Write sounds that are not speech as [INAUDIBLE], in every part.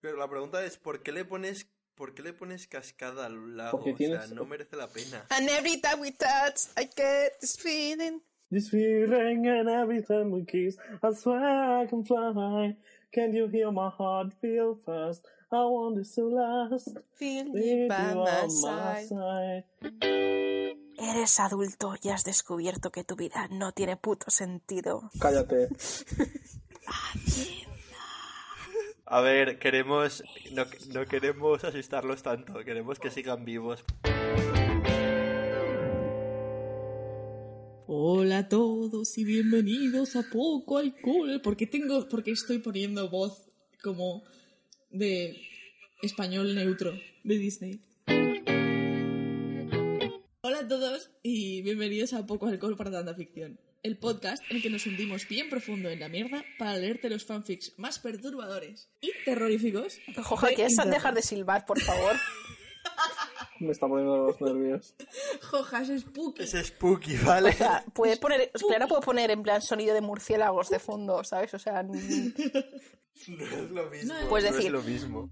Pero la pregunta es, ¿por qué le pones, por qué le pones cascada al lago? Porque o tienes- sea, no merece la pena. And every time we touch, I get this feeling. This feeling and every time we kiss, I swear I can fly. Can you hear my heart feel fast? I want this to last. Feel With me by you my on my side. side. Eres adulto y has descubierto que tu vida no tiene puto sentido. Cállate. A ver, queremos, no, no queremos asustarlos tanto, queremos que sigan vivos. Hola a todos y bienvenidos a Poco Alcohol. ¿Por qué tengo, por qué estoy poniendo voz como de español neutro de Disney? Hola a todos y bienvenidos a Poco Alcohol para tanta ficción. El podcast en el que nos hundimos bien profundo en la mierda para leerte los fanfics más perturbadores y terroríficos. Jojo, de ¿quieres internet. dejar de silbar, por favor? Me está poniendo los nervios. Jojas spooky. Es spooky, ¿vale? O sea, [LAUGHS] puedes poner, claro, puedo poner en plan sonido de murciélagos de fondo, ¿sabes? O sea, n- No es lo mismo. Puedes No es decir- lo mismo.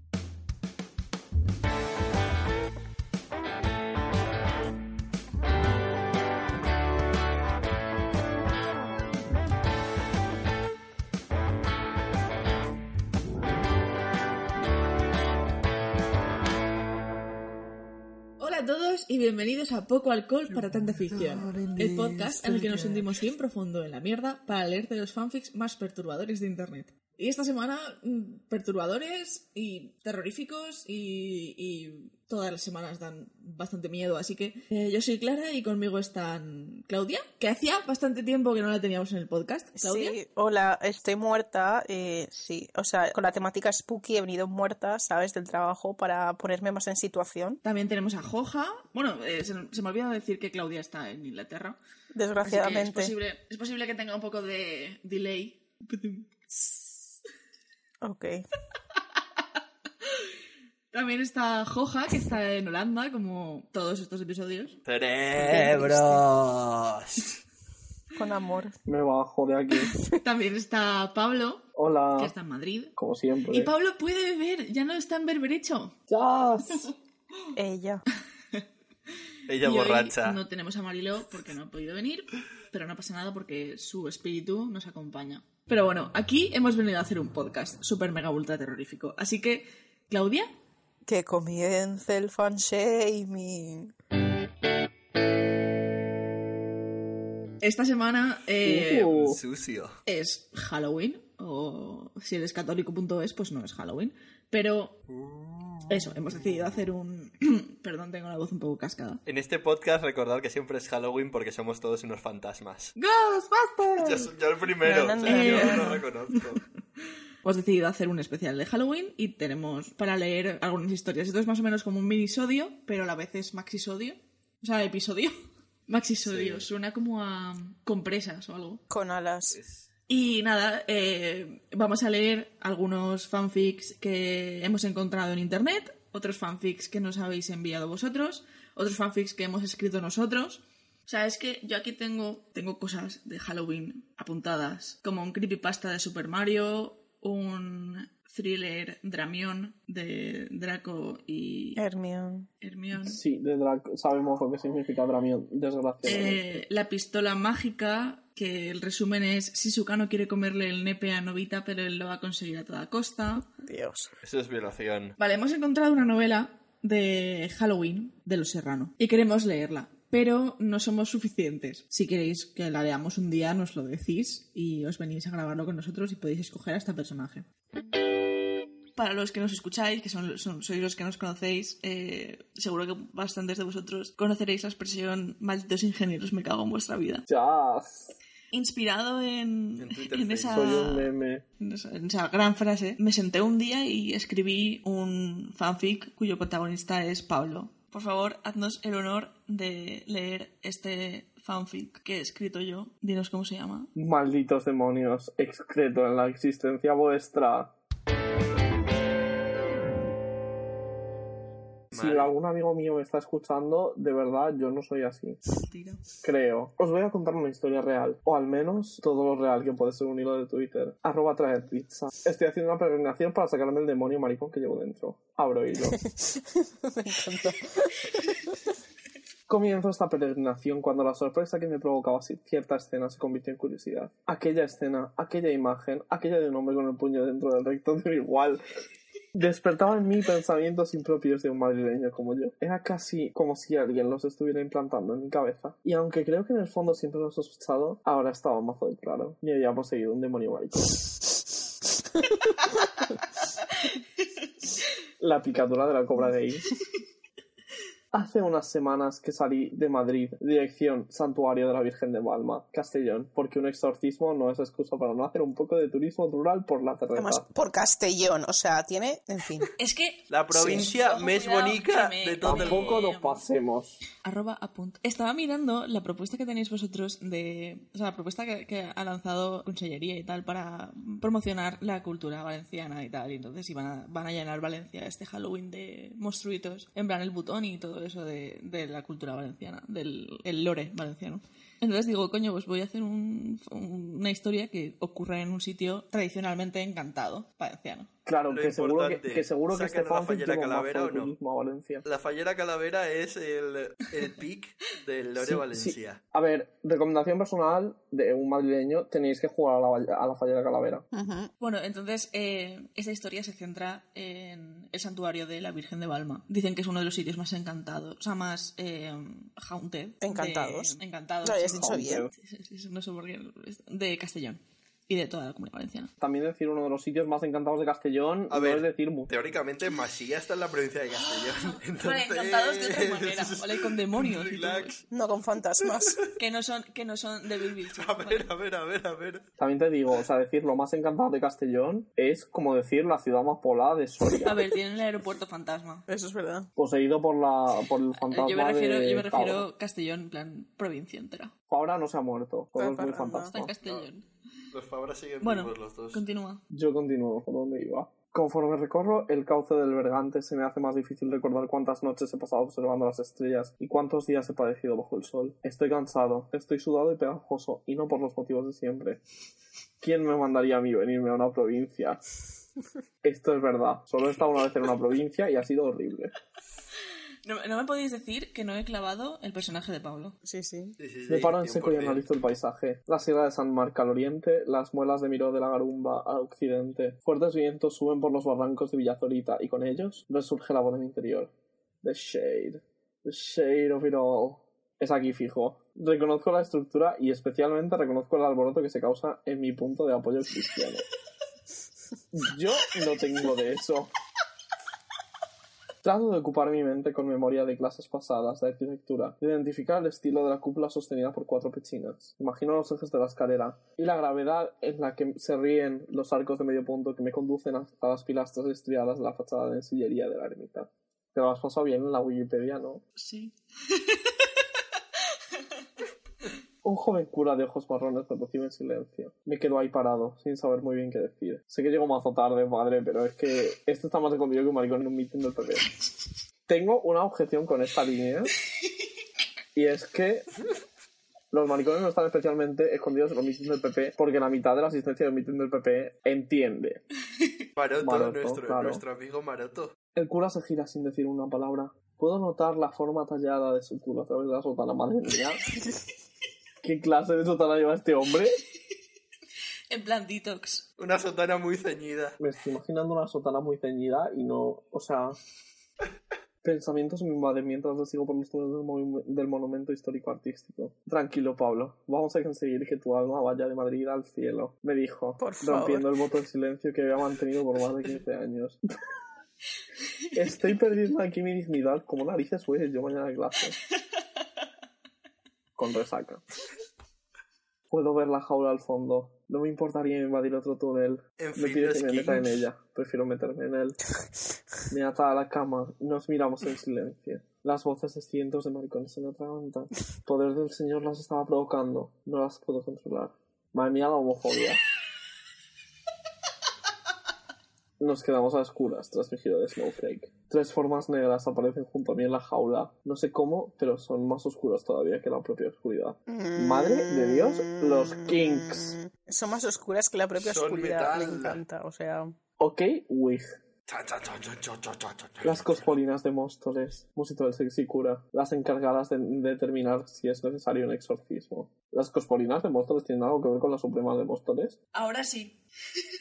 Hola a todos y bienvenidos a Poco Alcohol para Tanta Ficción, el podcast en el que nos hundimos bien profundo en la mierda para leerte los fanfics más perturbadores de internet. Y esta semana, mm, perturbadores y terroríficos y, y todas las semanas dan bastante miedo, así que eh, yo soy Clara y conmigo están Claudia, que hacía bastante tiempo que no la teníamos en el podcast. Claudia, sí, hola, estoy muerta, eh, sí. O sea, con la temática spooky he venido muerta, ¿sabes? Del trabajo para ponerme más en situación. también tenemos a Joja. Bueno, eh, se, se me olvidó decir que Claudia está en Inglaterra. Así que Es Desgraciadamente. posible, es posible que tenga un poco de delay. ok. También está Joja, que está en Holanda, como todos estos episodios. ¡Cerebros! Con amor. Me bajo de [LAUGHS] aquí. También está Pablo, que Hola. está en Madrid. Como siempre. Y Pablo puede beber, ya no está en berberecho. [LAUGHS] Yes. Ella. Ella Y hoy borracha. no tenemos a Mariló porque no ha podido venir, pero no pasa nada porque su espíritu nos acompaña. Pero bueno, aquí hemos venido a hacer un podcast super mega ultra terrorífico. Así que, Claudia, Que comience el fan shaming. esta semana eh, Uh. Sucio. es Halloween, o si eres católico.es, pues no es Halloween. Pero eso, hemos decidido hacer un... [CLEARS THROAT] Perdón, tengo la voz un poco cascada. En este podcast recordad que siempre es Halloween porque somos todos unos fantasmas. Yo, ¡Ghostbusters! soy- yo el primero, No, no, o sea, no, yo no, lo no. reconozco. Hemos decidido hacer un especial de Halloween y tenemos para leer algunas historias. Esto es más o menos como un minisodio, pero a la vez es maxisodio. O sea, episodio. [LAUGHS] Maxisodio. Sí. Suena como a compresas o algo. Con alas. Es- Y nada, eh, vamos a leer algunos fanfics que hemos encontrado en internet, otros fanfics que nos habéis enviado vosotros, otros fanfics que hemos escrito nosotros. O sea, es que yo aquí tengo, tengo cosas de Halloween apuntadas, como un creepypasta de Super Mario, un thriller Dramión de Draco y Hermione. Hermione. Sí, de Draco. Sabemos lo que significa Dramión. Desgraciadamente. Eh, la pistola mágica, que el resumen es Shisukano quiere comerle el nepe a Novita, pero él lo va a conseguir a toda costa. Dios. Eso es violación. Vale, hemos encontrado una novela de Halloween de Los Serrano y queremos leerla, pero no somos suficientes. Si queréis que la leamos un día, nos lo decís y os venís a grabarlo con nosotros y podéis escoger a este personaje. Para los que nos escucháis, que son, son- sois los que nos conocéis, eh, seguro que bastantes de vosotros conoceréis la expresión malditos ingenieros, me cago en vuestra vida. Yes. inspirado en, En Twitter en Face. esa, Soy un meme. en esa- en esa gran frase, me senté un día y escribí un fanfic cuyo protagonista es Pablo. Por favor, haznos el honor de leer este fanfic que he escrito yo. Dinos cómo se llama. Malditos demonios, excreto en la existencia vuestra. Si Madre. algún amigo mío me está escuchando, de verdad yo no soy así, Tira. creo. Os voy a contar una historia real, o al menos todo lo real que puede ser un hilo de Twitter. Arroba traer pizza. Estoy haciendo una peregrinación para sacarme el demonio maricón que llevo dentro. Abro hilo. [LAUGHS] Me encanta. Comienzo esta peregrinación cuando la sorpresa que me provocaba si- cierta escena se convirtió en curiosidad. Aquella escena, aquella imagen, aquella de un hombre con el puño dentro del recto [LAUGHS] de un igual. Despertaba en mí pensamientos impropios de un madrileño como yo. Era casi como si alguien los estuviera implantando en mi cabeza. Y aunque creo que en el fondo siempre lo he sospechado, ahora estaba mazo de claro. Y había poseído un demonio maricón. la picadura de la cobra de I. Hace unas semanas que salí de Madrid, dirección Santuario de la Virgen de Palma, Castellón, porque un exorcismo no es excusa para no hacer un poco de turismo rural por la terraza. Además, por Castellón, o sea, tiene, en fin. Es que La provincia Ojo, más cuidado, bonita que me- de todo el mundo. Tampoco nos pasemos. Arroba apunt. Estaba mirando la propuesta que tenéis vosotros de. O sea, la propuesta que, que ha lanzado Consellería y tal para promocionar la cultura valenciana y tal. Y entonces iban a, van a llenar Valencia este Halloween de monstruitos. En plan, el butón y todo eso de, de la cultura valenciana, del el lore valenciano. Entonces digo, coño, pues voy a hacer un- un- una historia que ocurra en un sitio tradicionalmente encantado valenciano. Claro, Lo que seguro que, importante, que seguro ¿sacan que este a la fanfic fallera lleva un mazo calavera de o no? turismo a Valencia. La fallera calavera es el, el pic del Lore Sí, sí. Valencia. A ver, recomendación personal de un madrileño, tenéis que jugar a la, valla- a la falla de Calavera. Ujú. Bueno, entonces eh, esta historia se centra en el santuario de la Virgen de Balma. Dicen que es uno de los sitios más encantados, o sea, más eh, haunted. de- Encantados. encantados. Lo habías sí, dicho sí, bien. sí, sí, sí, No sé por qué. De Castellón y de toda la comunidad valenciana. También decir uno de los sitios más encantados de Castellón, A no ver. es decir mucho. Teóricamente, Masía está en la provincia de [GASPS] Castellón. Vale, Entonces... encantados de [LAUGHS] otra manera, vale, con demonios y todo Relax. No con fantasmas. Que no son, que no son de Bill [LAUGHS] Wilson, A vale. ver, a ver, a ver, a ver. También te digo, o sea, decir lo más encantado de Castellón es como decir la ciudad más poblada de Soria. A ver, tienen el aeropuerto fantasma. Eso es verdad. poseído por la por el Eh, fantasma Yo me refiero, de yo me Fabra. refiero Castellón, en plan provincia entera. Fabra no se ha muerto, todo Está es muy parranda. Está fantasma. en Castellón. Los Fabras siguen Bueno, vivos los dos. continúa. Yo continúo por donde iba. Conforme recorro el cauce del Bergante, se me hace más difícil recordar cuántas noches he pasado observando las estrellas y cuántos días he padecido bajo el sol. Estoy cansado, estoy sudado y pegajoso, y no por los motivos de siempre. ¿Quién me mandaría a mí venirme a una provincia? Esto es verdad. Solo he estado una vez en una provincia y ha sido horrible. No, no me podéis decir que no he clavado el personaje de Pablo. Sí, sí. Sí, sí, sí, Me paro en seco y 100%. analizo el paisaje. La sierra de San Marca al oriente, las muelas de Miró de la Garumba al occidente. Fuertes vientos suben por los barrancos de Villazorita y con ellos resurge la voz de mi interior. The shade. The shade of it all. Es aquí fijo. Reconozco la estructura y especialmente reconozco el alboroto que se causa en mi punto de apoyo [LAUGHS] cristiano. Yo no tengo de eso. Trato de ocupar mi mente con memoria de clases pasadas de arquitectura, de identificar el estilo de la cúpula sostenida por cuatro pechinas. Imagino los ejes de la escalera y la gravedad en la que se ríen los arcos de medio punto que me conducen hasta las pilastras estriadas de la fachada de sillería de la ermita. Te lo has pasado bien en la Wikipedia, ¿no? Sí. Un joven cura de ojos marrones me recibe en silencio. Me quedo ahí parado, sin saber muy bien qué decir. Sé que llego mazo tarde, madre, pero es que esto está más escondido que un maricón en un mitin del PP. Tengo una objeción con esta línea. Y es que los maricones no están especialmente escondidos en los mitines del PP porque la mitad de la asistencia del mitin del PP entiende. Maroto, Maroto, nuestro, claro. nuestro amigo Maroto. El cura se gira sin decir una palabra. Puedo notar la forma tallada de su culo a través de la sotana, madre mía. ¿Qué clase de sotana lleva este hombre? En plan detox. Una sotana muy ceñida. Me estoy imaginando una sotana muy ceñida y no. O sea. Pensamientos me invaden mientras lo sigo por los túneles del, movi- del monumento histórico artístico. Tranquilo, Pablo. Vamos a conseguir que tu alma vaya de Madrid al cielo. Me dijo, Por favor. rompiendo el voto de silencio que había mantenido por más de 15 [LAUGHS] años. Estoy perdiendo aquí mi dignidad. Como narices voy a ir yo mañana a clase? Con resaca. [LAUGHS] Puedo ver la jaula al fondo. No me importaría invadir otro túnel. En Me fin, pide los que me meta en Kings. ella. Prefiero meterme en él. Me ata a la cama. Nos miramos en silencio. Las voces de cientos de maricones se me atragantan. El poder del señor las estaba provocando. No las puedo controlar. Madre mía, la homofobia. Nos quedamos a oscuras tras mi giro de Snowflake. Tres formas negras aparecen junto a mí en la jaula. No sé cómo, pero son más oscuras todavía que la propia oscuridad. Madre de Dios, los kinks. Mm, Son más oscuras que la propia Son oscuridad. metal. Me encanta, o sea. Ok, wig. Cha, cha, cha, cha, cha, cha, cha, cha. Las cospolinas de Móstoles, músico del sexy cura, las encargadas de de determinar si es necesario un exorcismo. ¿Las cospolinas de Móstoles tienen algo que ver con las supremas de Móstoles? Ahora sí.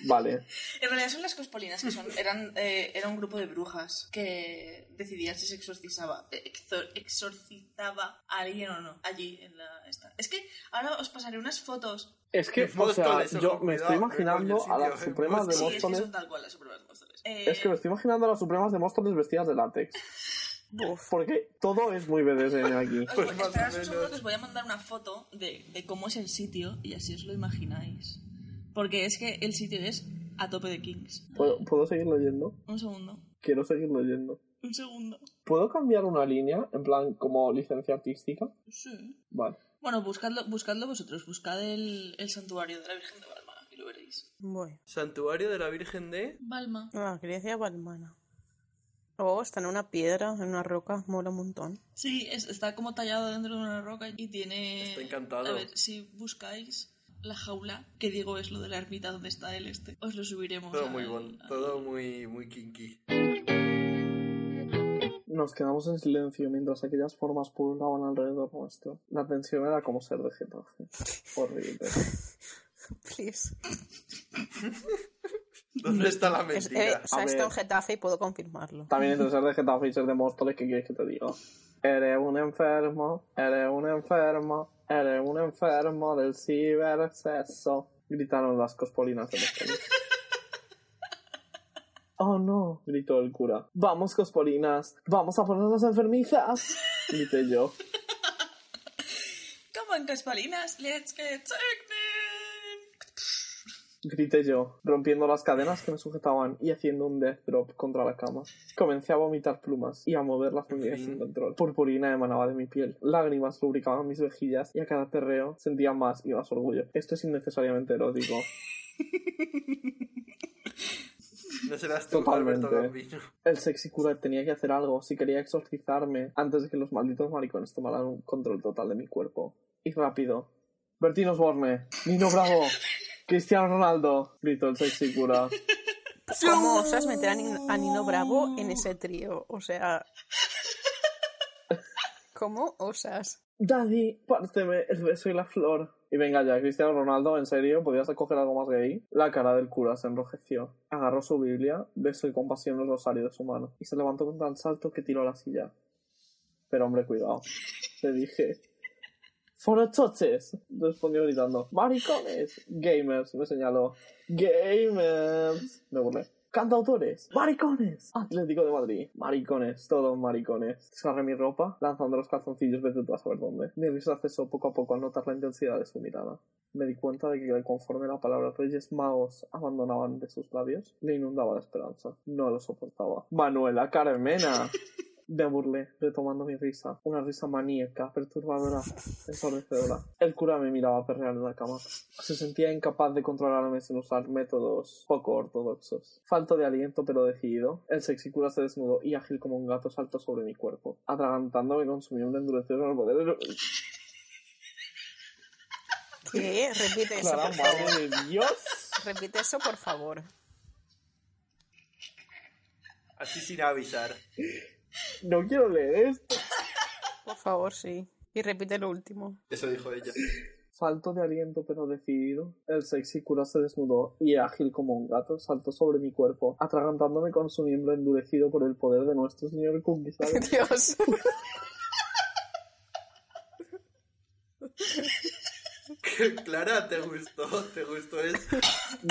Vale. En realidad son las cospolinas, que son, eran, eh, era un grupo de brujas que decidían si se exorcizaba, eh, exor- exorcizaba a alguien o no allí en la... esta. Es que ahora os pasaré unas fotos. Es que, En o sea, Móstoles, ojo, yo me estoy cuidado, que imaginando coño, a las sitio, en supremas de Móstoles. Sí, es que Móstoles. son tal cual las supremas monstruosas. Eh, Es que me estoy imaginando a las supremas de Móstoles vestidas de látex. Buf. Porque todo es muy BDSM aquí. os Pues voy- más o esperad un segundo menos. que os voy a mandar una foto de, de cómo es el sitio y así os lo imagináis. Porque es que el sitio es a tope de Kings. ¿Puedo, puedo seguir leyendo? Un segundo. Quiero seguir leyendo. Un segundo. ¿Puedo cambiar una línea? En plan, como licencia artística. Sí. Vale. Bueno, buscadlo, buscadlo vosotros, buscad el, el santuario de la Virgen de Balma y lo veréis. Bueno. Santuario de la Virgen de. Balma. Ah, quería decir Balmana. Oh, está en una piedra, en una roca, mola un montón. Sí, es- está como tallado dentro de una roca y tiene... Está encantado. A ver, si buscáis la jaula, que digo es lo de la ermita donde está el este, os lo subiremos. Todo al- muy bon, al- todo muy, muy kinky. Nos quedamos en silencio mientras aquellas formas pululaban alrededor nuestro. La tensión era como ser de Getafe. Horrible. Please. ¿Dónde está la Es- eh, mentira? o sea, A está ver. en Getafe y puedo confirmarlo. También entre ser de Getafe y ser de Móstoles, ¿qué quieres que te diga? Eres un enfermo, eres un enfermo, eres un enfermo del cibersexo. Gritaron las cospolinas de Móstoles. Oh no, gritó el cura. Vamos, cospolinas, vamos a ponernos enfermizas, grité yo. Come on, Caspalinas, let's get pregnant. grité yo, rompiendo las cadenas que me sujetaban y haciendo un death drop contra la cama. Comencé a vomitar plumas y a mover las muñecas fin. sin control. Purpurina emanaba de mi piel, lágrimas lubricaban mis mejillas y a cada perreo sentía más y más orgullo. Esto es innecesariamente erótico. No serás tú, Totalmente. Alberto Gambino. El sexy cura tenía que hacer algo si quería exorcizarme antes de que los malditos maricones tomaran un control total de mi cuerpo. Y rápido. Bertino Osborne, Nino Bravo, Cristiano Ronaldo, gritó el sexy cura. ¿Cómo osas meter a, Nin- a Nino Bravo en ese trío? O sea. ¿Cómo osas? Daddy, párteme el beso y la flor. Y venga ya, Cristiano Ronaldo, ¿en serio? ¿Podías acoger algo más gay? La cara del cura se enrojeció. Agarró su Biblia, besó y con pasión el rosario de su mano. Y se levantó con tal salto que tiró la silla. Pero hombre, cuidado. Le dije. Forochoches, respondió gritando. Maricones. Gamers, me señaló. Gamers. Me burlé. Cantautores. Maricones. Ah, Atlético de Madrid. Maricones. Todos maricones. Desgarré mi ropa, lanzando los calzoncillos vete tú a saber dónde. Mi risa cesó poco a poco al notar la intensidad de su mirada. Me di cuenta de que conforme la palabra Reyes Magos abandonaban de sus labios, le inundaba de esperanza. No lo soportaba. Manuela Carmena. Me burlé, retomando mi risa, una risa maníaca, perturbadora, ensordecedora. El cura me miraba perrear en la cama. Se sentía incapaz de controlarme sin usar métodos poco ortodoxos. Falto de aliento pero decidido, el sexy cura se desnudó y ágil como un gato saltó sobre mi cuerpo, atragantándome con su un endurecido al poder. ¿Qué? Repite eso, Clara, por favor. madre de Dios. Repite eso, por favor. Así sin avisar. No quiero leer esto. Por favor, sí. Y repite lo último. Eso dijo ella. [LAUGHS] Falto de aliento pero decidido, el sexy cura se desnudó y ágil como un gato saltó sobre mi cuerpo, atragantándome con su miembro endurecido por el poder de nuestro señor conquistador. [LAUGHS] [LAUGHS] Dios. Clara, ¿te gustó? ¿Te gustó esto?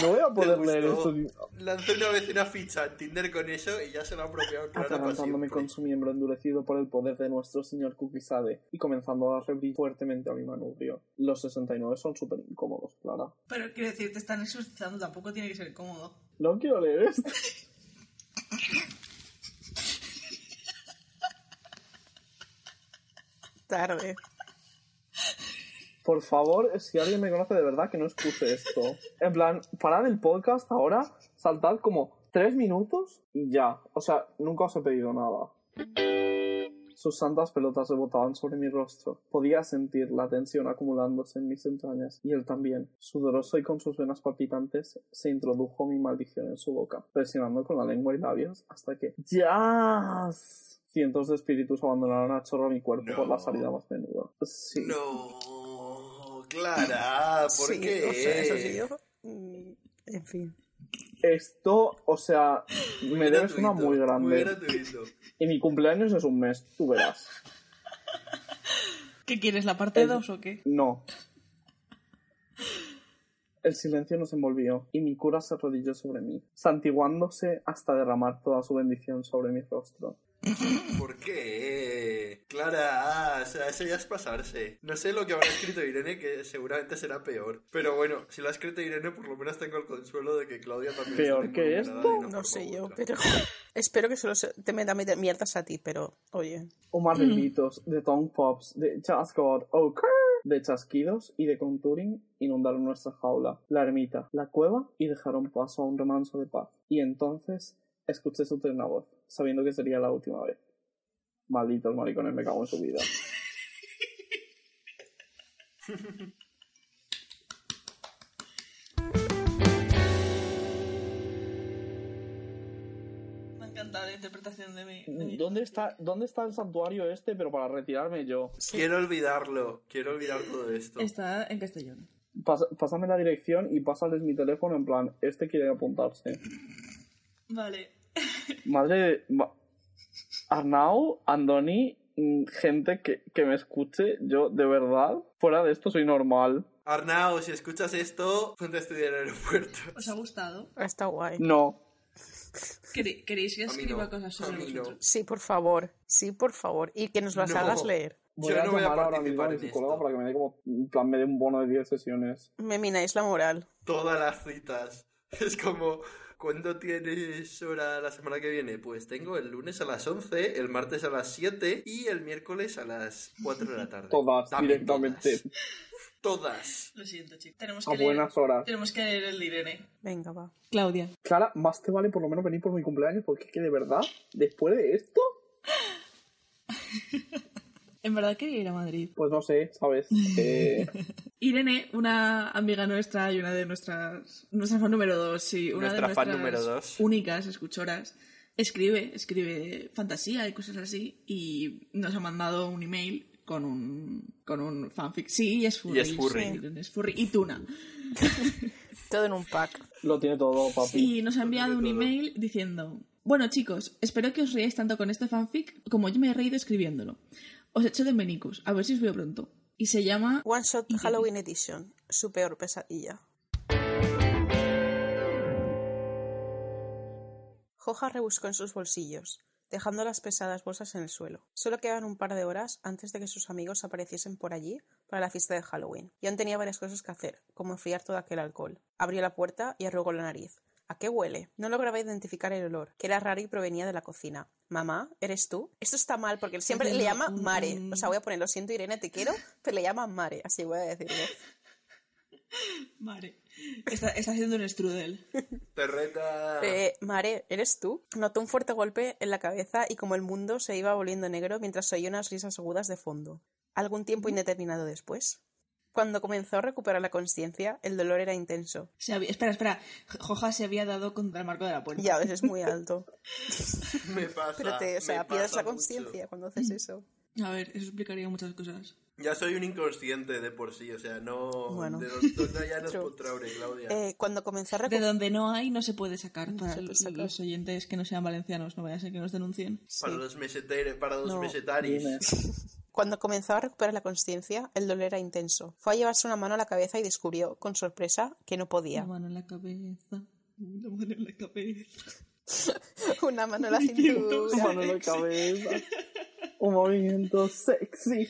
No voy a poder ¿Te leer gustó? esto. tío. Lancé una vez una ficha en Tinder con eso y ya se lo ha apropiado Clara para Atalantándome siempre. con su miembro endurecido por el poder de nuestro señor Kukisade y comenzando a reabrir fuertemente a mi manubrio. Los 69 son súper incómodos, Clara. Pero quiero decir, te están exorcizando, tampoco tiene que ser cómodo. No quiero leer esto. Tarde. Por favor, si alguien me conoce de verdad, que no escuche esto. En plan, parad el podcast ahora, saltad como tres minutos y ya. O sea, nunca os he pedido nada. Sus santas pelotas rebotaban sobre mi rostro. Podía sentir la tensión acumulándose en mis entrañas y él también, sudoroso y con sus venas palpitantes, se introdujo mi maldición en su boca, presionando con la lengua y labios hasta que ¡Ya! Cientos de espíritus abandonaron a chorro mi cuerpo por la No. salida más menuda. Sí. No, Clara, Ah, ¿por sí, qué? o sea, eso sí, yo- mm, En fin. Esto, o sea, Muy me debes una gratuito, muy grande. gratuito. y mi cumpleaños es un mes, tú verás. ¿Qué quieres, la parte El- 2 o qué? No. El silencio nos envolvió y mi cura se arrodilló sobre mí, santiguándose hasta derramar toda su bendición sobre mi rostro. ¿Por qué? Clara, ah, o sea, eso ya es pasarse. No sé lo que habrá escrito Irene, que seguramente será peor. Pero bueno, si lo ha escrito Irene, por lo menos tengo el consuelo de que Claudia también ¿Peor está que involucrada esto? de una forma No sé u yo, otra. pero [LAUGHS] espero que solo se- te meta meta- mierdas a ti, pero oye. O más gritos de tongue pops, de chascot, oh, crrr, de chasquidos y de contouring inundaron nuestra jaula, la ermita, la cueva y dejaron paso a un remanso de paz. Y entonces escuché su tierna voz, sabiendo que sería la última vez. Malditos maricones, me cago en su vida. Me ha encantado la interpretación de mi... Mm, de mi- ¿Dónde está, ¿Dónde está el santuario este? Pero para retirarme yo. Quiero olvidarlo, quiero olvidar todo esto. Está en castellano. Pas- pásame la dirección y pásales mi teléfono en plan, este quiere apuntarse. Vale. Madre de... ma- Arnau, Andoni, mm, gente que, que me escuche, yo de verdad, fuera de esto soy normal. Arnau, si escuchas esto, ponte a estudiar en el aeropuerto. ¿Os ha gustado? Está guay. No. ¿Quere- ¿Queréis que A mí escriba no, cosas sobre a mí no. vosotros? Sí, por favor. Sí, por favor. Y que nos las No. hagas leer. Voy Yo a no voy a llamar ahora mismo a participar mi en psicóloga esto. para que me dé como, en plan, me dé un bono de 10 sesiones. Me mináis la moral. Todas las citas. [LAUGHS] Es como, ¿cuándo tienes hora la semana que viene? Pues tengo el lunes a las 11, el martes a las 7 y el miércoles a las 4 de la tarde. [LAUGHS] Todas, Dame directamente. Todas. Lo siento, chicos. Tenemos Ah, A que, leer, buenas horas. tenemos que leer el de Irene. Venga, va. Claudia. Clara, más te vale por lo menos venir por mi cumpleaños, porque es que de verdad, después de esto, En verdad quería ir a Madrid. pues no sé, ¿sabes? Eh, Irene, una amiga nuestra y una de nuestras. Nuestra fan número dos, sí. Una Nuestra de fan nuestras número dos. únicas escuchoras. Escribe, escribe fantasía y cosas así. Y nos ha mandado un email con un. con un fanfic. Sí, y es furry. Y es furry. sí, es furry. Y tuna. Todo en un pack. lo tiene todo, papi. Y nos ha enviado un email diciendo: Bueno, chicos, espero que os riáis tanto con este fanfic como yo me he reído escribiéndolo. Os echo de menicus, a ver si os veo pronto. Y se llama. One Shot Halloween Edition. Su peor pesadilla. Joja rebuscó en sus bolsillos, dejando las pesadas bolsas en el suelo. Solo quedaban un par de horas antes de que sus amigos apareciesen por allí para la fiesta de Halloween. Y aún tenía varias cosas que hacer, como enfriar todo aquel alcohol. Abrió la puerta y arrugó la nariz. ¿A qué huele? No lograba identificar el olor, que era raro y provenía de la cocina. Mamá, ¿eres tú? Esto está mal porque siempre le Haciendo llama un- Mare. un- O sea, voy a poner, lo siento Irene, te quiero, pero le llama Mare, así voy a decirlo. Vale. Está, está haciendo un strudel. Te reta. Eh, Mare, ¿eres tú? Notó un fuerte golpe en la cabeza y como el mundo se iba volviendo negro mientras oía unas risas agudas de fondo. Algún tiempo indeterminado después. Cuando comenzó a recuperar la conciencia, el dolor era intenso. Se había- espera, espera. Joja se había dado contra el marco de la puerta. Ya ves, es muy alto. Me pasa. [LAUGHS] Pero te, o [LAUGHS] me sea, pierdes Ah, pasa la mucho. conciencia cuando haces eso. A ver, eso explicaría muchas cosas. Ya soy un inconsciente de por sí, o sea, no. Bueno. De don- don- ya no es [LAUGHS] True. por Traore, Claudia. Eh, cuando comencé a recu- De donde no hay no se puede sacar. Para se puede los- sacar. los oyentes que no sean valencianos, no vaya a ser que nos denuncien. Para los meseteres, para los No, mesetaris. Cuando comenzaba a recuperar la conciencia, el dolor era intenso. Fue a llevarse una mano a la cabeza y descubrió, con sorpresa, que no podía. La mano en la cabeza. La mano en la [LAUGHS] cabeza. Una [LAUGHS] mano en la Un cintura. mano en la cabeza. [LAUGHS] Un movimiento sexy.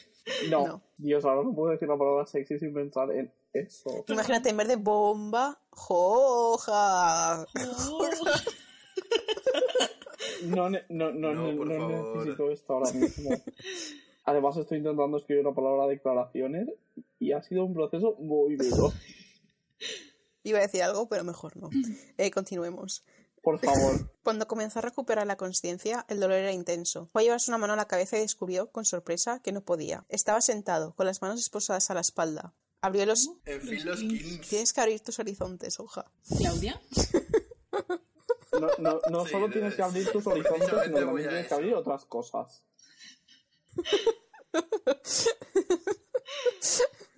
No. No. Dios, ahora no puedo decir la palabra sexy sin pensar en eso. Imagínate, en vez de bomba, joja. Oh. No, ne- no, no, No, no, por no favor. necesito esto ahora mismo. Además, estoy intentando escribir una palabra de declaraciones y ha sido un proceso muy duro. Iba a decir algo, pero mejor [CLEARS THROAT] no. Eh, continuemos. Por favor. Cuando comenzó a recuperar la conciencia, el dolor era intenso. Fue a llevarse una mano a la cabeza y descubrió, con sorpresa, que no podía. Estaba sentado, con las manos esposadas a la espalda. Abrió los... En fin, los kings. Tienes que abrir tus horizontes, hoja. [LAUGHS] Claudia. No, no, no Sí, solo de- tienes que abrir tus horizontes, sino que precisamente voy también a tienes que eso. abrir otras cosas.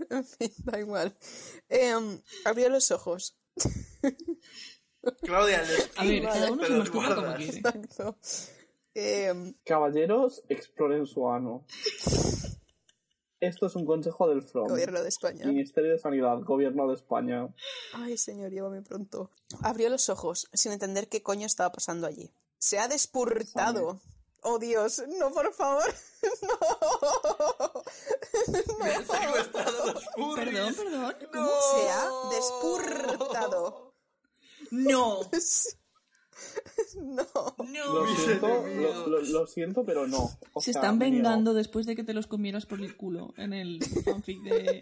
En fin, da igual. Em, abrió los ojos. Claudia, los A ver, kings, cada uno te se los masturba como guardas. [LAUGHS] quiere. Exacto. Em, Caballeros, exploren su [LAUGHS] ano. Esto es un consejo del FROM. gobierno de España. Ministerio de Sanidad, Gobierno de España. Ay, señor, llévame pronto. Abrió los ojos, sin entender qué coño estaba pasando allí. Se ha despurtado. Oh, Dios, no, por favor. [LAUGHS] [LAUGHS] No. Me han pues, secuestrado los furries. Perdón, perdón. No. oh. Se ha despurtado. No, [LAUGHS] No. Lo no. Mis siento, lo, enemigos. lo- lo siento, pero no. O Se sea, están niego. vengando después de que te los comieras por el culo en el [LAUGHS] fanfic de.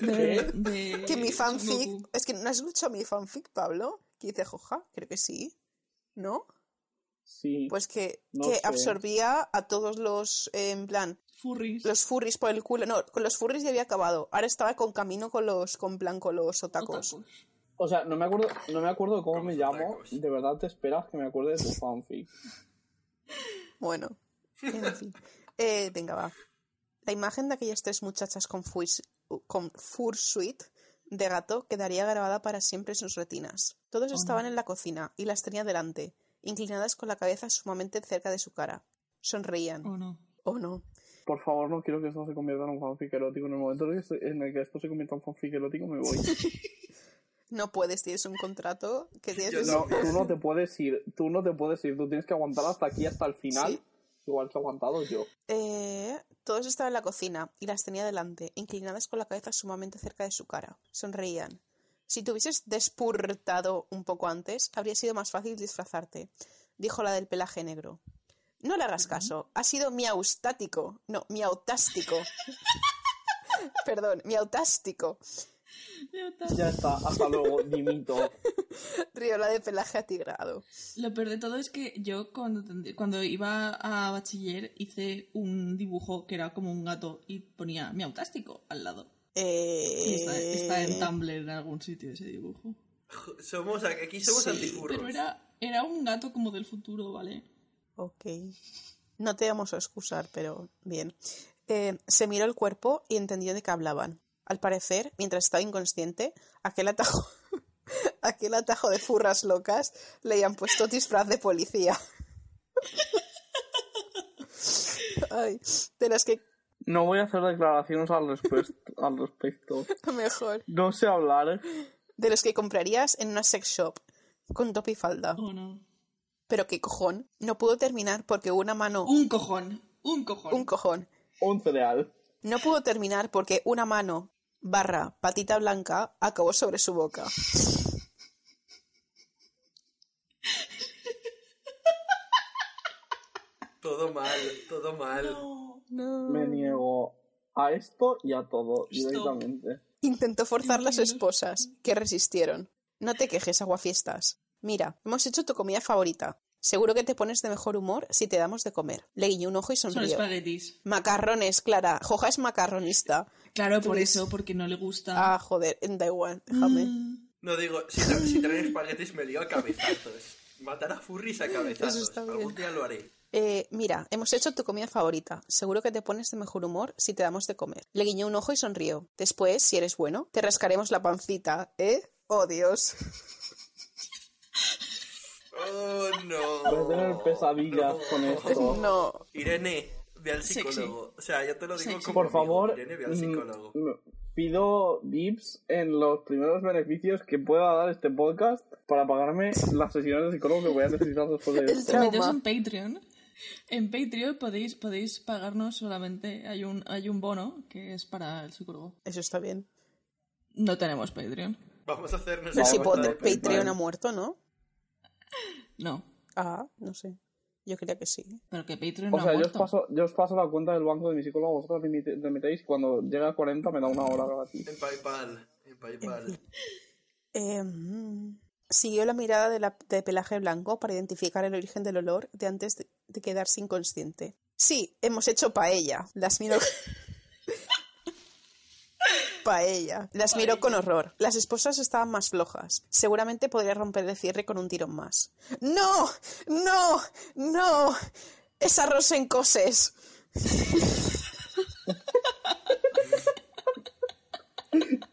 de, de Que mi Son fanfic. Goku. Es que no has escuchado mi fanfic, Pablo. Que dice Joja, creo que sí. ¿No? Sí. Pues que, No que sé. absorbía a todos los. eh, en plan, Furries. los furries por el culo. No, con los furries ya había acabado. Ahora estaba con camino con los. con plan con los otacos. Otakus. O sea, no me acuerdo, no me acuerdo cómo Como me son llamo. tacos. De verdad te esperas que me acuerde de tu fanfic. Bueno, en fin. Eh, venga, va. La imagen de aquellas tres muchachas con, fuis- con fursuit de gato quedaría grabada para siempre en sus retinas. Todos estaban en la cocina y las tenía delante, inclinadas con la cabeza sumamente cerca de su cara. Sonreían. ¿O no? Oh, no. Por favor, no quiero que esto se convierta en un fanfic erótico. En el momento en el que- en el que esto se convierta en fanfic erótico, me voy. No puedes, tienes un contrato que tienes Yo que No, también. tú no te puedes ir, tú no te puedes ir, tú tienes que aguantar hasta aquí, hasta el final, Sí. igual que he aguantado yo. Eh, todos estaban en la cocina y las tenía delante, inclinadas con la cabeza sumamente cerca de su cara. Sonreían. Si te hubieses despurtado un poco antes, habría sido más fácil disfrazarte, dijo la del pelaje negro. No le hagas caso, ha sido miaustático. No, [LAUGHS] miautástico. Perdón, miautástico. Ya está, hasta luego, dimito. Rió la de pelaje atigrado. Lo peor de todo es que yo cuando, tend- cuando iba a bachiller hice un dibujo que era como un gato y ponía mi autástico al lado. Y está, está en Eh, Tumblr en algún sitio ese dibujo. Somos, aquí somos Sí, antifurros. pero era, era un gato como del futuro, ¿vale? Ok. No te vamos a excusar, pero bien. Eh, se miró el cuerpo y entendió de qué hablaban. Al parecer, mientras estaba inconsciente, aquel atajo, [LAUGHS] aquel atajo de furras locas le habían puesto disfraz de policía. [LAUGHS] Ay, de las que [LAUGHS] No voy a hacer declaraciones al, respues- al respecto. mejor. No sé hablar. ¿eh? De los que comprarías en una sex shop con top y falda. ¿O no? Pero qué cojón. No pudo terminar porque una mano. Un cojón, un cojón. Un cojón. Un cereal. No pudo terminar porque una mano barra patita blanca acabó sobre su boca. Todo mal, todo mal. Me niego a esto y a todo, Stop. directamente. Intentó forzar las esposas, que resistieron. No te quejes, aguafiestas. Mira, hemos hecho tu comida favorita. Seguro que te pones de mejor humor si te damos de comer. Le guiñó un ojo y Son sonrió. espaguetis. Macarrones, Clara. Joja es macarronista. Claro, Tú por dices- eso, porque no le gusta. Mm. Ah, joder, da igual, déjame. No digo, si, tra- si traen espaguetis me lío a cabezazos. Matar a furries a cabezazos. Algún día lo haré. Eh, mira, hemos hecho tu comida favorita. Seguro que te pones de mejor humor si te damos de comer. Le guiñó un ojo y sonrió. Después, si eres bueno, te rascaremos la pancita, ¿eh? Oh, Dios. Oh, Voy a tener no. pesadillas con esto. [LAUGHS] No. Irene, ve al Sexy. psicólogo. O sea, yo te lo digo Sexy. como Por amigo. favor, Irene, ve al mm, psicólogo. mm, pido VIPs en los primeros beneficios que pueda dar este podcast para pagarme las sesiones de psicólogo que voy a necesitar después de esto. Meteos Trauma. en Patreon. En Patreon podéis, podéis pagarnos solamente. Hay un, hay un bono que es para el psicólogo. Eso está bien. No tenemos Patreon. Vamos a hacernos Pero No, si vamos a po- ver, Patreon Patreon. ha muerto, ¿no? No. Ah, no sé. Yo creía que sí. Pero que Patreon O no sea, ha yo os, muerto. paso, yo os paso la cuenta del banco de mi psicólogo, vosotros le mete- le metéis y cuando llega a 40 me da una hora gratis. En Paypal. En Paypal. Eh, mm. siguió la mirada de, la- de pelaje blanco para identificar el origen del olor de antes de, de quedarse inconsciente. Sí, hemos hecho paella. Las miro. Paella. Las miró con horror. Las esposas estaban más flojas. Seguramente podría romper el cierre con un tirón más. ¡No! ¡No! ¡No! ¡Es arroz en coses! [LAUGHS]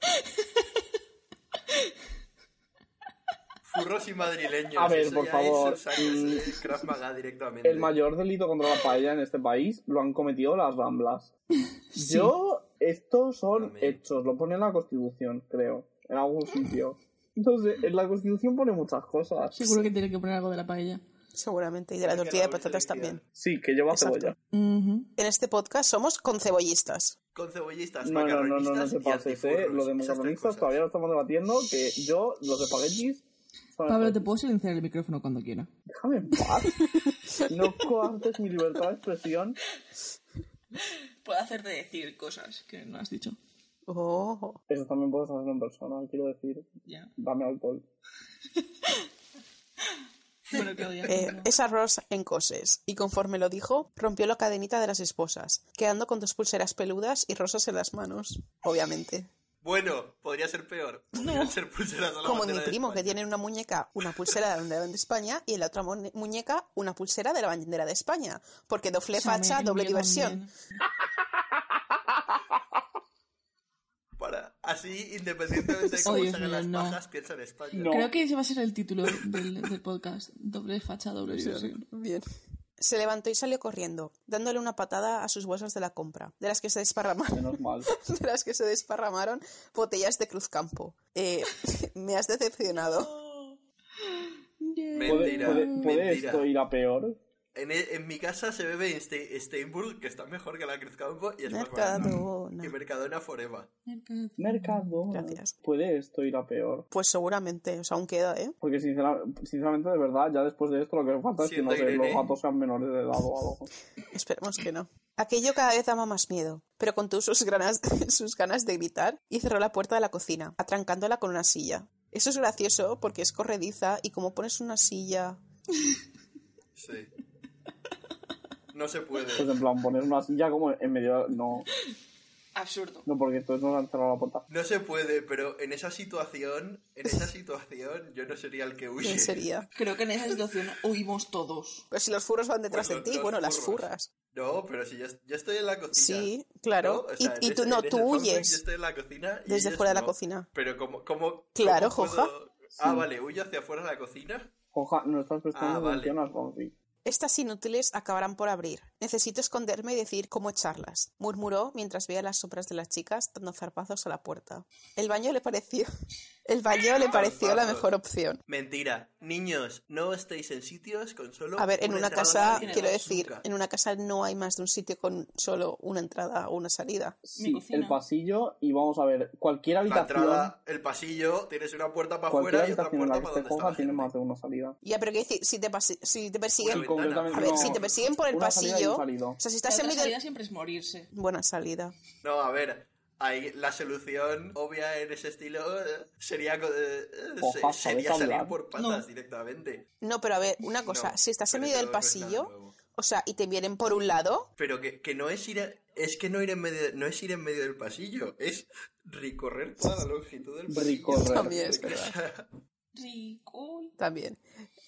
Furros y madrileños. A ver, eso por ya favor, Es, o sea, es, mm, eh, Krav Maga directamente. El mayor delito contra la paella en este país lo han cometido [LAUGHS] las ramblas. Yo, estos son Amén. hechos, lo pone en la constitución, creo, en algún sitio. Entonces, en la constitución pone muchas cosas. Seguro que tiene que poner algo de la paella. Seguramente. Y de la Porque tortilla de la vais a patatas liquidar. también. Sí, que lleva Exacto. cebolla. Ujú. En este podcast somos concebollistas. Con cebollistas, No, no, no, macarronistas no, no te y pases, ¿eh? antifurros. Lo de Esas tres macarronistas cosas. todavía lo estamos debatiendo, que yo, los espaguetis... son Pablo, espaguetis. te puedo silenciar el micrófono cuando quiera. Déjame en paz. [LAUGHS] No coartes mi libertad de expresión. Puedo hacerte decir cosas que no has dicho. Oh. Eso también puedes hacerlo en persona, quiero decir. Ya. Dame alcohol. Bueno, Claudia. Eh, continúa. es arroz en coses, y conforme lo dijo, rompió la cadenita de las esposas, quedando con dos pulseras peludas y rosas en las manos, obviamente. Bueno, podría ser peor. Podrían ser pulseras a la Como mi bandera de primo, que España. tiene en una muñeca una pulsera de la bandera de España y en la otra mu- muñeca una pulsera de la bandera de España, porque doble O sea, facha, me- doble yo diversión. también. Para, así, [LAUGHS] independientemente de Oh, cómo Dios se hagan mío, las no. pajas, piensa en España. No. Creo que ese va a ser el título del, del podcast. Doble facha, doble diversión. Bien. Se levantó y salió corriendo, dándole una patada a sus bolsas de la compra, de las que se desparramaron. [LAUGHS] Menos mal. de las que se desparramaron botellas de Cruzcampo. Eh, [LAUGHS] me has decepcionado. ¿Puede, Mentira, puede- puede mentira. esto ir a peor? En, e- en mi casa se bebe en Ste- Steinburg, que está mejor que la Cruzcampo, y es más barata. Mercadona. Y Mercadona Forever. Mercado. Gracias. ¿Puede esto ir a peor? Pues seguramente, o sea, aún queda, ¿eh? Porque sincera- sinceramente, de verdad, ya después de esto lo que falta es que no Siendo sé, los Irene. gatos sean menores de edad o algo. Pues, Esperemos que no. Aquello cada vez daba más miedo, pero contuvo sus, granas- sus ganas [LAUGHS] de gritar y cerró la puerta de la cocina, atrancándola con una silla. Eso es gracioso porque es corrediza y como pones una silla... Sí. No se Pues puede. en plan, poner una silla como en medio... No, Absurdo. no, porque entonces nos han cerrado la puerta. No se puede, pero en esa situación, en esa situación, yo no sería el que huye. ¿Quién sería? Creo que en esa situación huimos todos. Pero si los furros van detrás Bueno, de ti, los bueno, las furros. furras. No, pero si yo, yo estoy en la cocina. Sí, claro. ¿no? O sea, y, y en tú ese- no, en ese tú fanfic Yo huyes estoy en la cocina y desde ellos fuera de la no. cocina. Pero como, como Claro, ¿cómo Joja. puedo- Ah, Sí. vale, huyo hacia afuera de la cocina. Oja, no estás prestando Ah, vale. atención al fanfic. Estas inútiles acabarán por abrir. Necesito esconderme y decir cómo echarlas, murmuró mientras veía las sombras de las chicas dando zarpazos a la puerta. El baño le pareció. [LAUGHS] El baño le pareció la Zarpazos. mejor opción. Mentira. Niños, no estéis en sitios con solo A ver, en una entrada casa, libre. quiero decir, Nunca. en una casa no hay más de un sitio con solo una entrada o una salida. Sí, cocina. el pasillo y vamos a ver, cualquier La habitación... entrada, el pasillo, tienes una puerta para Cualquier afuera y otra habitación en la puerta que para esté donde está Joja la tiene gente. más de una salida. Ya, pero que decir, si te, pasi- si te persiguen. Una concretamente A ver, no. si te persiguen por el Una salida y un pasillo. salido. O sea, La si estás en otra medio. salida siempre es morirse. Buena salida. No, a ver, ahí la solución obvia en ese estilo eh, sería, co- eh, eh, Oja, se- ¿sabes sería salir hablar? por patas directamente. No, pero a ver, una cosa, No, si estás pero en medio del eso no es nada pasillo, nuevo. o sea, y te vienen por un lado, Pero que, que no es ir a- es que no ir en medio no es ir en medio del pasillo, es recorrer toda la longitud del pasillo. Recorrer. También es De casa. Rico. También.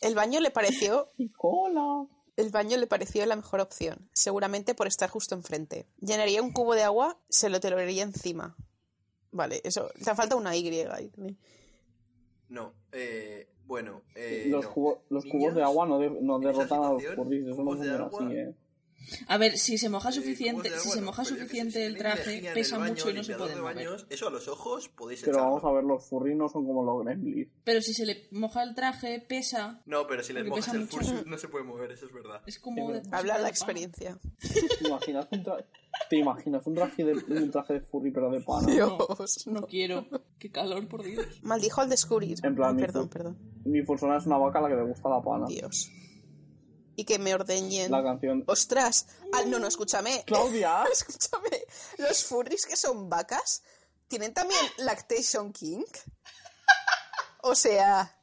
El baño le pareció Y cola. El baño le pareció la mejor opción, seguramente por estar justo enfrente. Llenaría un cubo de agua, se lo tiraría encima. Vale, eso. Te falta una Y ahí. [LAUGHS] No, eh, bueno, eh, Los, no. cubo- los cubos Niños, de agua no, de- no en esa derrotan a los situación, curris, eso no cubos de funciona agua- así, ¿eh? A ver, si se moja eh, suficiente, cubos de si agua se no, moja pero pues yo qué sé, suficiente si el tenéis traje, lejía en pesa el baño, mucho y no se limpiador puede de mover. baños, Eso a los ojos podéis Pero echarlo. vamos a ver, los furries no son como los gremlins. Pero si se le moja el traje, pesa. No, pero si les Porque mojas pesa el mucho. fursuit no se puede mover, eso es verdad. [LAUGHS] Es como... Sí, de- pero- como si Habla fuera la de "Ah, experiencia. ¿Te imaginas un, tra- ¿Te imaginas un traje de, un traje de furry pero de pana? Dios. paja. No quiero. Qué calor, por Dios. Maldijo al descubrir. En plan, Ay, mi perdón, fu- perdón. Mi persona es una vaca a la que le gusta la pana. Dios. Y que me ordeñen. La canción... Ostras. Ah, no, no, escúchame. ¡Claudia! [LAUGHS] escúchame. Los furries que son vacas tienen también lactation king. O sea,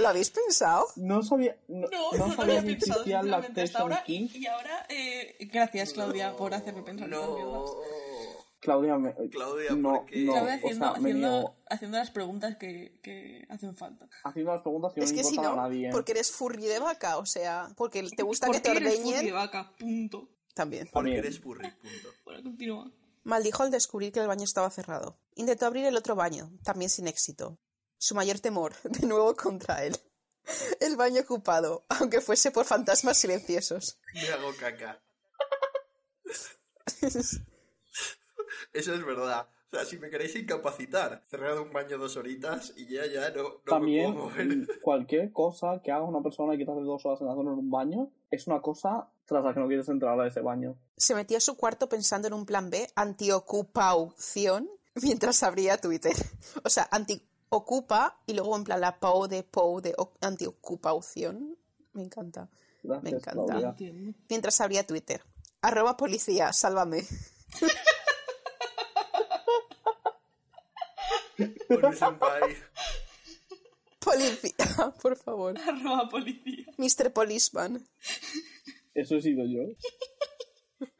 ¿lo habéis pensado? No sabía... No, [LAUGHS] No, no no, lo había sabía que pensado existía el sinceramente hasta Lactation ahora. King. Y, y ahora, eh, gracias Claudia por hacerme pensar estas mierdas. No. Claudia, me... Claudia, no, ¿por qué? no, Claudia, o haciendo, sea, me niego. haciendo, haciendo las preguntas que, que hacen falta. Haciendo las preguntas que es no que si importan no, a nadie. porque eres furry de vaca, o sea, porque te gusta que ¿eh? ¿Por te qué eres ordeñen. furry de vaca? Punto. También. Porque También. eres furry, punto. Bueno, continúa. Maldijo al descubrir que el baño estaba cerrado. Intentó abrir el otro baño, también sin éxito. Su mayor temor, [LAUGHS] de nuevo contra él. El baño ocupado, aunque fuese por fantasmas silenciosos. Me hago [LAUGHS] caca. Eso es verdad. O sea, si me queréis incapacitar, cerrad un baño dos horitas y ya, ya, no, no También me puedo mover. mm, cualquier cosa que haga una persona que hace dos horas en hacerlo en un baño es una cosa tras la que no quieres entrar a ese baño. Se metió a su cuarto pensando en un plan B antiocupación [LAUGHS] mientras abría Twitter. O sea, antiocupa y luego en plan la POU de POU de o- antiocupación. Me encanta. Gracias, Me encanta. Claudia. Entiendo. Mientras abría Twitter. Arroba policía, sálvame. [LAUGHS] Con un senpai. Policía, [LAUGHS] por favor. [LAUGHS] Arroba policía. Mr. Policeman. Eso he sido yo.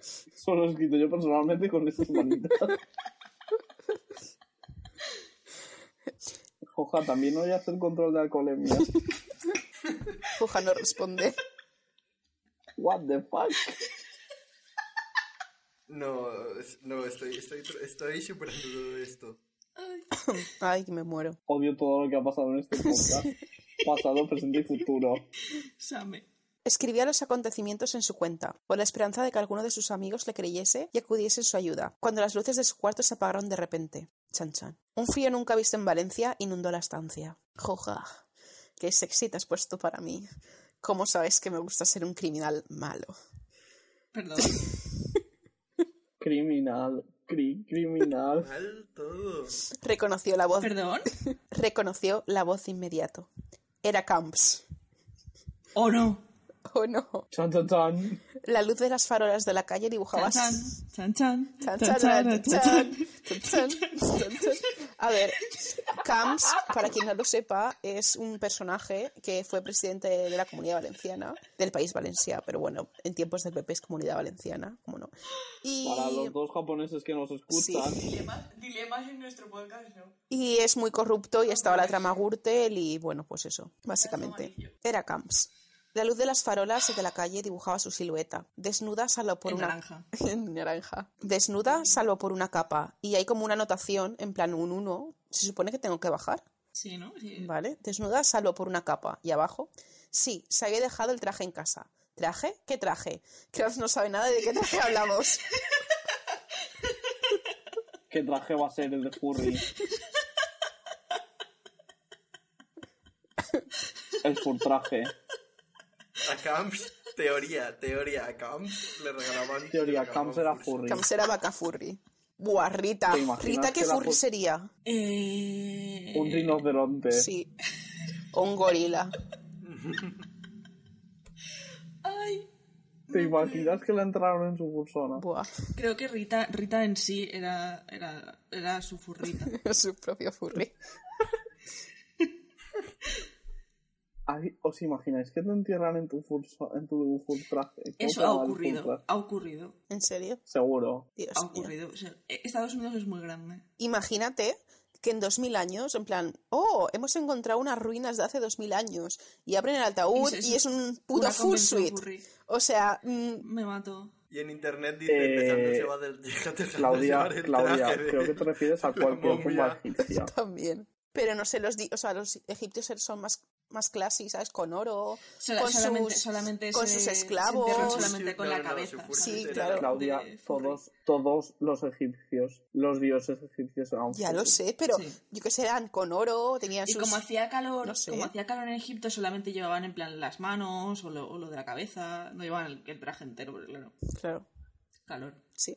Solo he escrito yo personalmente con estas manitas. Joja, también no voy a hacer control de alcoholemia. Puja no responde. What the fuck? No, es- no, estoy, estoy, estoy superando todo esto. Ay, que me muero. Odio todo lo que ha pasado en este podcast. Pasado, presente y futuro. Same. Escribía los acontecimientos en su cuenta, con la esperanza de que alguno de sus amigos le creyese y acudiese en su ayuda, cuando las luces de su cuarto se apagaron de repente. Chan chan. Un frío nunca visto en Valencia inundó la estancia. Joja. Qué sexy te has puesto para mí. ¿Cómo sabes que me gusta ser un criminal malo? Perdón. [LAUGHS] Criminal. Cri criminal. Mal todo. Reconoció la voz. ¿Perdón? Reconoció la voz de inmediato. Era Camps. ¿O no? Oh no. Chan, chan, chan. La luz de las farolas de la calle dibujaba. Chan chan. Chan chan. Chan, Chan chan. chan, chan, Chan chan. chan, chan, chan, chan. A ver, Camps, para quien no lo sepa, es un personaje que fue presidente de la Comunidad Valenciana, del país Valencia, pero bueno, en tiempos del PP es Comunidad Valenciana, como no. Para Y, los dos japoneses que nos escuchan, Dilemas, dilemas en nuestro podcast, ¿no? y es muy corrupto y estaba la trama Gürtel y bueno, pues eso, básicamente. Era Camps. La luz de las farolas de la calle dibujaba su silueta, desnuda salvo por En una naranja. [LAUGHS] en naranja. Desnuda, salvo por una capa. Y hay como una anotación, en plan un 1. Se supone que tengo que bajar. Sí, ¿no? Sí. Vale. Desnuda, salvo por una capa. Y abajo. Sí, se había dejado el traje en casa. ¿Traje? ¿Qué traje? Krabs no sabe nada de qué traje [LAUGHS] hablamos. ¿qué traje va a ser el de Furry? El furtraje. A Camps, teoría, teoría. A Camps le regalaban. Teoría, le regalaban Camps era fursuit. furry. Camps era vaca furry. Buah, Rita. ¿Te imaginas Rita, ¿qué que la furry pu- sería? Eh... Un rinoceronte. Sí. O un gorila. Ay, ¿Te imaginas que le entraron en su persona? Buah, [LAUGHS] creo que Rita, Rita en sí era, era, era su [LAUGHS] furrita. su propio furry. Ay, ¿Os imagináis que te entierran en tu, furso, en tu furtraje? ¿Cómo Eso se ha llama el ocurrido, furtraje? ha ocurrido, ¿En serio? Seguro. [LAUGHS] Dios ha Ah, mío. ocurrido. O sea, eh, Estados Unidos es muy grande. Imagínate que en 2000 años, en plan, oh, hemos encontrado unas ruinas de hace 2000 años y abren el ataúd Y es- y es un puto Una full convención suite. furry. O sea, mm, [LAUGHS] Me mato. Y en internet dice, Eh, dejándose va del, dejando Claudia, llevar el Claudia, traje de- creo que te refieres a la cualquier tumba momia. [LAUGHS] egipcia. también. Pero no sé, los, di- o sea, los egipcios er, son más, más clásicos, ¿sabes? Con oro, Sola- con solamente, sus, solamente con se- sus se esclavos. entierran solamente con No, la no, cabeza. su furry Sí, ¿sabes? claro. De- Claudia, de furry. todos, todos los egipcios, los dioses egipcios eran Ya lo furries. sé, pero Sí. yo que sé, eran con oro, tenían Y sus... como hacía calor, no sé. como hacía calor en Egipto, solamente llevaban en plan las manos o lo, o lo de la cabeza, no llevaban el, el traje entero, porque claro, Claro, calor. sí.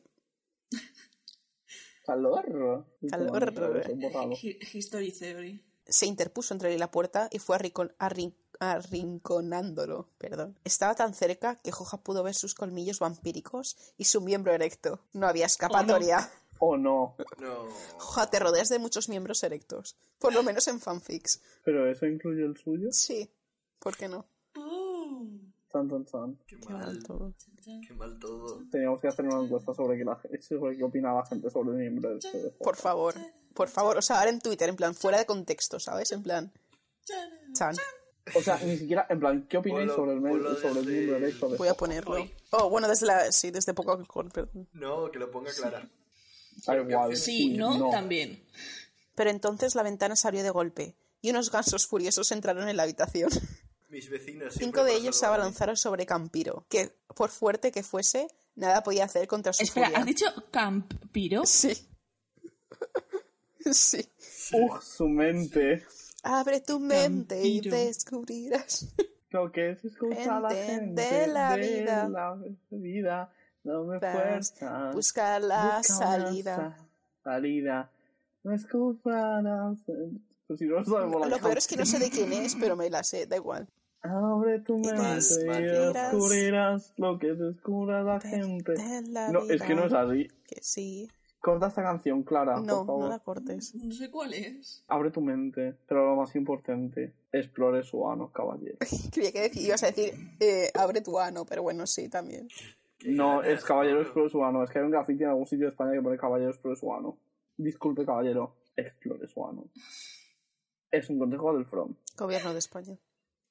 Calor. Y Calor. tomando todo eso borrado. Hi- History theory. Se interpuso entre él y la puerta y fue arrincon- arrin- arrinconándolo. Perdón. Estaba tan cerca que Joja pudo ver sus colmillos vampíricos y su miembro erecto. No había escapatoria. O no, No. Joja, te rodeas de muchos miembros erectos. Por lo menos en fanfics. pero eso incluye el suyo. Sí. ¿Por qué no? ¡Pum! Tan, tan, tan. Qué Qué mal mal. todo. Chan, chan. Qué mal todo. Teníamos que hacer una encuesta sobre qué, la, sobre qué opina la gente sobre el miembro del este de Por favor. Por favor. O sea, ahora en Twitter, en plan, fuera de contexto, ¿sabes? En plan, Chan. chan. O sea, ni siquiera, en plan, ¿qué opináis Polo- sobre el, men- polo sobre el desde miembro el- erecto de Voy a Joja? ponerlo. Hoy. Oh, bueno, desde la... Sí, desde poco alcohol, perdón. No, que lo ponga Clara. Da Pero que igual. firme. Sí, sí, no, no. también. Pero entonces la ventana se abrió de golpe y unos gansos furiosos entraron en la habitación. Mis vecinos siempre [LAUGHS] Cinco de para ellos se salvar a mí. abalanzaron sobre Campiro, que por fuerte que fuese, nada podía hacer contra su Espera, furia. ¿has dicho Campiro? Sí. [LAUGHS] sí. Uf, su mente. Abre tu mente y Campiro. descubrirás. Lo que se escucha a la gente Gente de la de vida. la vida, no me Tras fuerzas. Buscar la Busca una salida. sa- salida. No es culpa, no sé. Pues si no lo sabemos la Lo peor es que no sé canción. de quién es, pero me la sé, da igual. Abre tu Y mente y descubrirás. descubrirás lo que descubra la gente. De la No, es que no es vida. así. Que sí. Corta esta canción, Clara, No, por no favor. la cortes. No sé cuál es. Abre tu mente, pero lo más importante, explore su ano, caballero. Creía que dec- ibas a decir, eh, abre tu ano, pero bueno, sí, también. Qué No, ganas, es caballero Pablo. explore su ano. Es que hay un graffiti en algún sitio de España que pone caballero explore su ano. Disculpe, caballero, explore su ano. Es un consejo del From. Gobierno de España.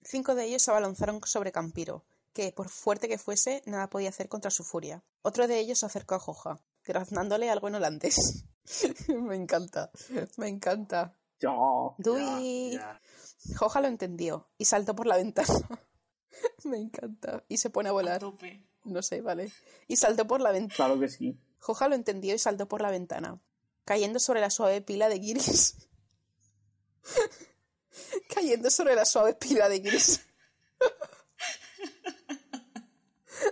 Cinco de ellos se abalanzaron sobre Campiro, que, por fuerte que fuese, nada podía hacer contra su furia. Otro de ellos se acercó a Joja, graznándole algo en holandés. [LAUGHS] me encanta, me encanta. Ya. Dui. Ya, Joja lo entendió y saltó por la ventana. [LAUGHS] me encanta. Y se pone a A volar. tope. No sé, vale. Y saltó por la ventana. Claro que sí. Joja lo entendió y saltó por la ventana, cayendo sobre la suave pila de guiris. [LAUGHS] cayendo sobre la suave pila de guiris. [LAUGHS]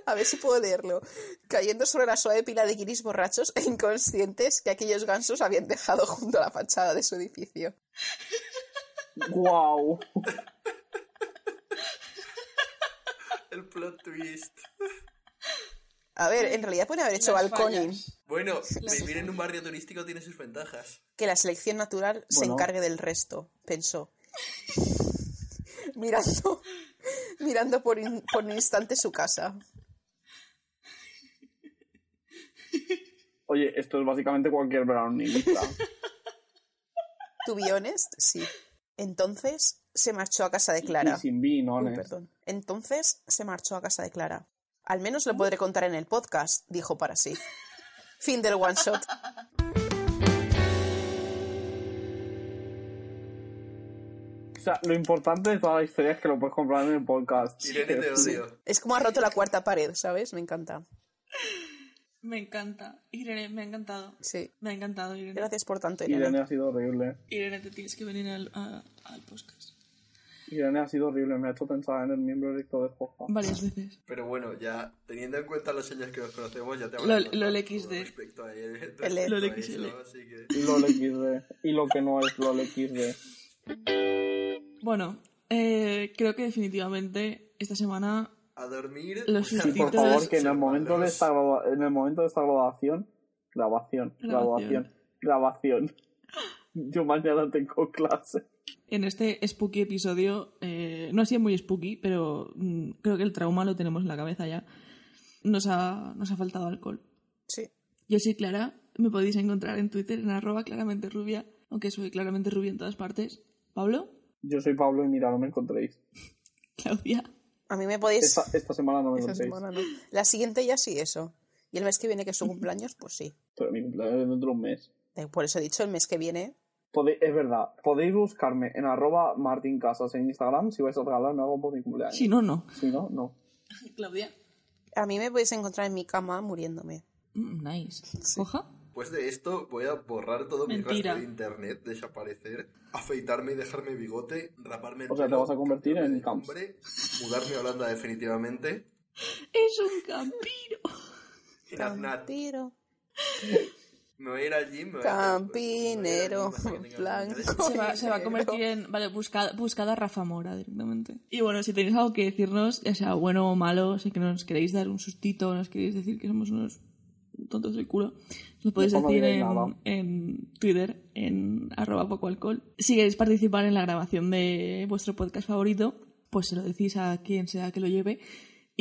A ver si puedo leerlo. Cayendo sobre la suave pila de guiris borrachos e inconscientes que aquellos gansos habían dejado junto a la fachada de su edificio. Guau. el plot twist. A ver, en realidad pueden haber hecho Las balconing. fallas. Bueno, Las vivir en un fallas. barrio turístico tiene sus ventajas. Que la selección natural se Bueno. encargue del resto, pensó. [LAUGHS] mirando, mirando por, in- por un instante su casa. Oye, esto es básicamente cualquier verano en Ibiza. [LAUGHS] To be honest, sí. Entonces se marchó a casa de y Clara. sin vino, Uy, perdón. Entonces se marchó a casa de Clara. Al menos lo podré contar en el podcast, dijo para sí. Fin del one shot. O sea, lo importante de toda la historia es que lo puedes comprar en el podcast. Irene, te Sí. odio. Es como ha roto la cuarta pared, ¿sabes? Me encanta. Me encanta. Irene, me ha encantado. Sí. Me ha encantado, Irene. Gracias por tanto, Irene Irene. ha sido horrible. Irene, te tienes que venir al, a- al podcast. Irene ha sido horrible. Me ha hecho pensar en el miembro erecto de Joja. Varias veces. Pero bueno, ya teniendo en cuenta los años que nos conocemos, ya te Lol- habrás notado lol algo XD. Respecto a él, respecto L. Lol a XL. eso, así que... LOL XD. Y lo que no es LOL XD. Bueno, eh, creo que definitivamente esta semana A dormir. Los cuidar Sí, a por Títulos- favor, vuestros que en el momento de hermanos. esta gradua- en el momento de esta graduación, grabación, Grabación. graduación, grabación. [LAUGHS] Yo mañana tengo clase. en este spooky episodio, eh, no ha sido muy spooky, pero mm, creo que el trauma lo tenemos en la cabeza ya. Nos ha, nos ha faltado alcohol. Sí. Yo soy Clara, me podéis encontrar en Twitter en arroba claramente rubia aunque soy claramente rubia en todas partes. ¿Pablo? Yo soy Pablo y mira, no me encontréis. ¿Claudia? A mí me podéis... Esta, esta semana no me Esa encontréis. semana no. La siguiente ya sí, eso. Y el mes que viene, que es su cumpleaños, pues sí. Pero mi cumpleaños es dentro de un mes. Eh, Por eso he dicho el mes que viene. Podéis- es verdad, podéis buscarme en arroba martincasas en Instagram si vais a regalarme algo por mi cumpleaños. Si no, no. Si no, no. Claudia. A mí me podéis encontrar en mi cama muriéndome. Mm, nice. ¿Hoja? Después de esto voy a borrar todo mi Mentira. rastro de internet, desaparecer, afeitarme y dejarme bigote, raparme el O sea, te pelo, vas a convertir cambiarme en de Camps. nombre, mudarme a Holanda definitivamente. Es un campiro. Nat, nat. Campiro, Me voy a ir al gym, me voy a hacer- campinero, me voy a ir al gym hasta que tenga [LAUGHS] blanco. Se va, y se va a negro. convertir en... Vale, buscad, buscad a Rafa Mora directamente. Y bueno, si tenéis algo que decirnos, ya sea bueno o malo, sé que nos queréis dar un sustito, nos queréis decir que somos unos tontos del culo, nos podéis Mejor no decir digáis en, nada. en Twitter, en arroba poco alcohol. Si queréis participar en la grabación de vuestro podcast favorito, pues se lo decís a quien sea que lo lleve.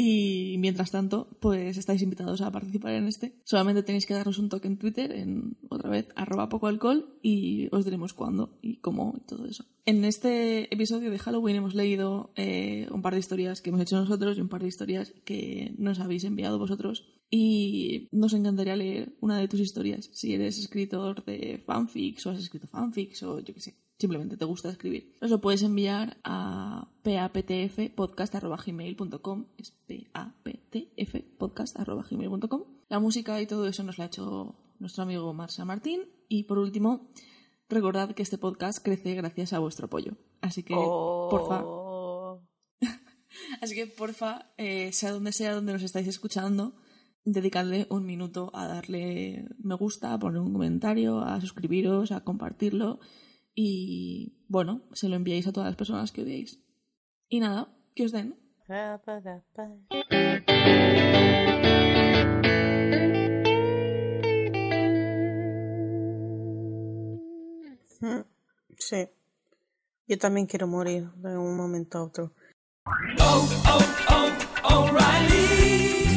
Y mientras tanto, pues estáis invitados a participar en este. Solamente tenéis que darnos un toque en Twitter, en otra vez, arroba poco alcohol, y os diremos cuándo y cómo y todo eso. En este episodio de Halloween hemos leído eh, un par de historias que hemos hecho nosotros y un par de historias que nos habéis enviado vosotros. Y nos encantaría leer una de tus historias, si eres escritor de fanfics o has escrito fanfics o yo qué sé, simplemente te gusta escribir. Nos lo puedes enviar a paptfpodcast.gmail.com es paptfpodcast.gmail.com La música y todo eso nos la ha hecho nuestro amigo Marsa Martín. Y por último, recordad que este podcast crece gracias a vuestro apoyo. Así que, porfa, Oh. Así que, porfa, eh, sea donde sea donde nos estáis escuchando, dedicadle un minuto a darle me gusta, a poner un comentario, a suscribiros, a compartirlo y, bueno, se lo enviéis a todas las personas que odiéis. Y nada, que os den. Rapadapa. Mm, Sí. Yo también quiero morir de un momento a otro.